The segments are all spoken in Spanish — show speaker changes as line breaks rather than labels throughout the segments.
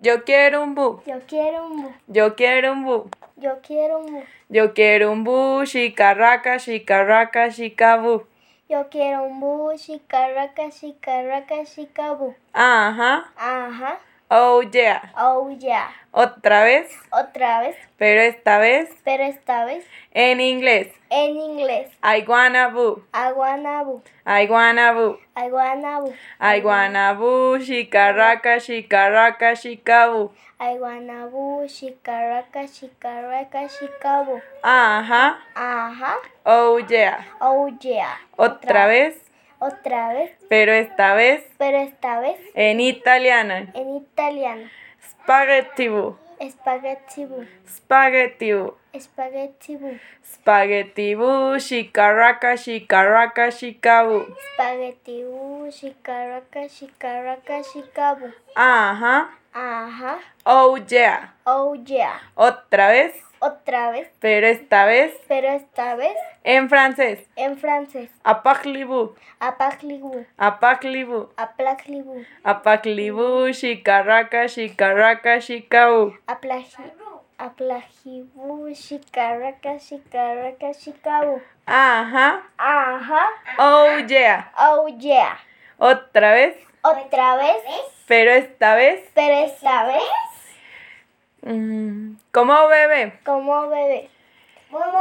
Yo quiero un bu.
Yo quiero un bu.
Yo quiero un bu.
Yo quiero un bu.
Yo quiero un bu, shikaraka, shikaraka, shikabu.
Yo quiero un bu, shikaraka, shikaraka, shikabu.
Ajá.
Ajá.
Oh yeah.
Oh yeah.
Otra vez,
Otra vez,
pero esta vez
pero esta vez
en inglés.
en inglés.
I wanna boo.
I wanna bu.
I wanna boo.
I wanna bu.
I wanna boo, shikaraka, shikaraka, shikabu.
I wanna bu, shikaraka, shikaraka, shikabu.
Ajá.
Ajá.
Oh yeah.
Oh yeah.
Otra vez,
Otra vez,
pero esta vez
pero esta vez
en italiano.
en italiano.
Spaghetti boo.
Spaghetti bu.
Spaghetti boo.
Spaghetti bu.
Spaghetti boo, shikaraka, shikaraka, shikabu.
Spaghetti uh, bu, shikaraka, shikaraka, shikabu.
Ajá.
Ajá.
Oh yeah.
Oh yeah.
Otra vez,
Otra vez,
pero esta vez
pero esta vez
en francés.
en francés.
Apaclibou,
Apaclibou.
apaclibou,
Aplaclibou.
apaclibou, shikaraka, shikaraka, shikau.
Aplaji. Aplajibou, shikaraka, shikaraka, shikabu.
Ajá.
Ajá.
Oh yeah.
Oh yeah.
Otra vez,
Otra vez,
pero esta vez
pero esta vez
mm, como bebé.
como bebé.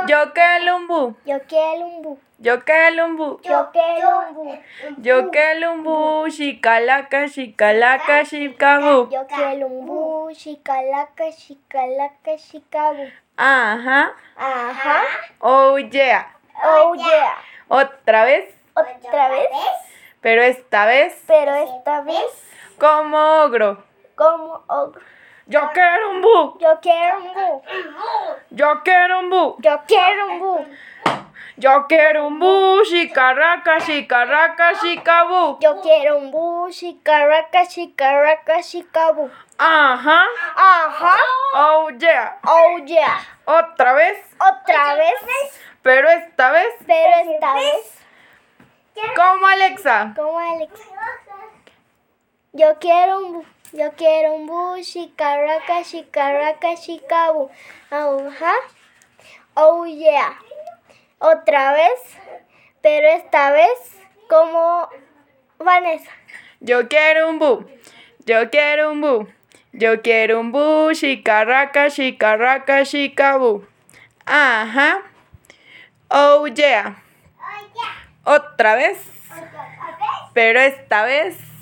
Yo que lumbu,
Yo quiero un bu.
yo que lumbu,
Yo quiero un bu.
yo que lumbu, shikalaka, shikalaka, shikau.
Yo quiero un bu. Shikalaka, shikalaka, shikabu.
Ajá.
Ajá.
Oh yeah.
Oh yeah.
Otra vez,
Otra vez,
pero esta vez
pero esta vez
como ogro.
como ogro.
Yo quiero un bu,
Yo quiero un bu.
yo quiero un bu.
Yo quiero un bu.
Yo quiero un bu, shikaraka, shikaraka, shikabu.
Yo quiero un bu. Shikaraka, shikaraka, shikabu.
Ajá.
Ajá.
Oh yeah.
Oh yeah.
Otra vez,
Otra vez.
pero esta vez
Pero esta vez,
como Alexa.
como Alex. Yo quiero un bu, yo quiero un bu, shikaraka, shikaraka, shikabu. Ajá. Oh yeah. Otra vez, pero esta vez como Vanessa.
Yo quiero un bu, yo quiero un bu, yo quiero un bu, shikaraka, shikaraka, shikabu. Ajá. Oh yeah. Otra vez, pero esta vez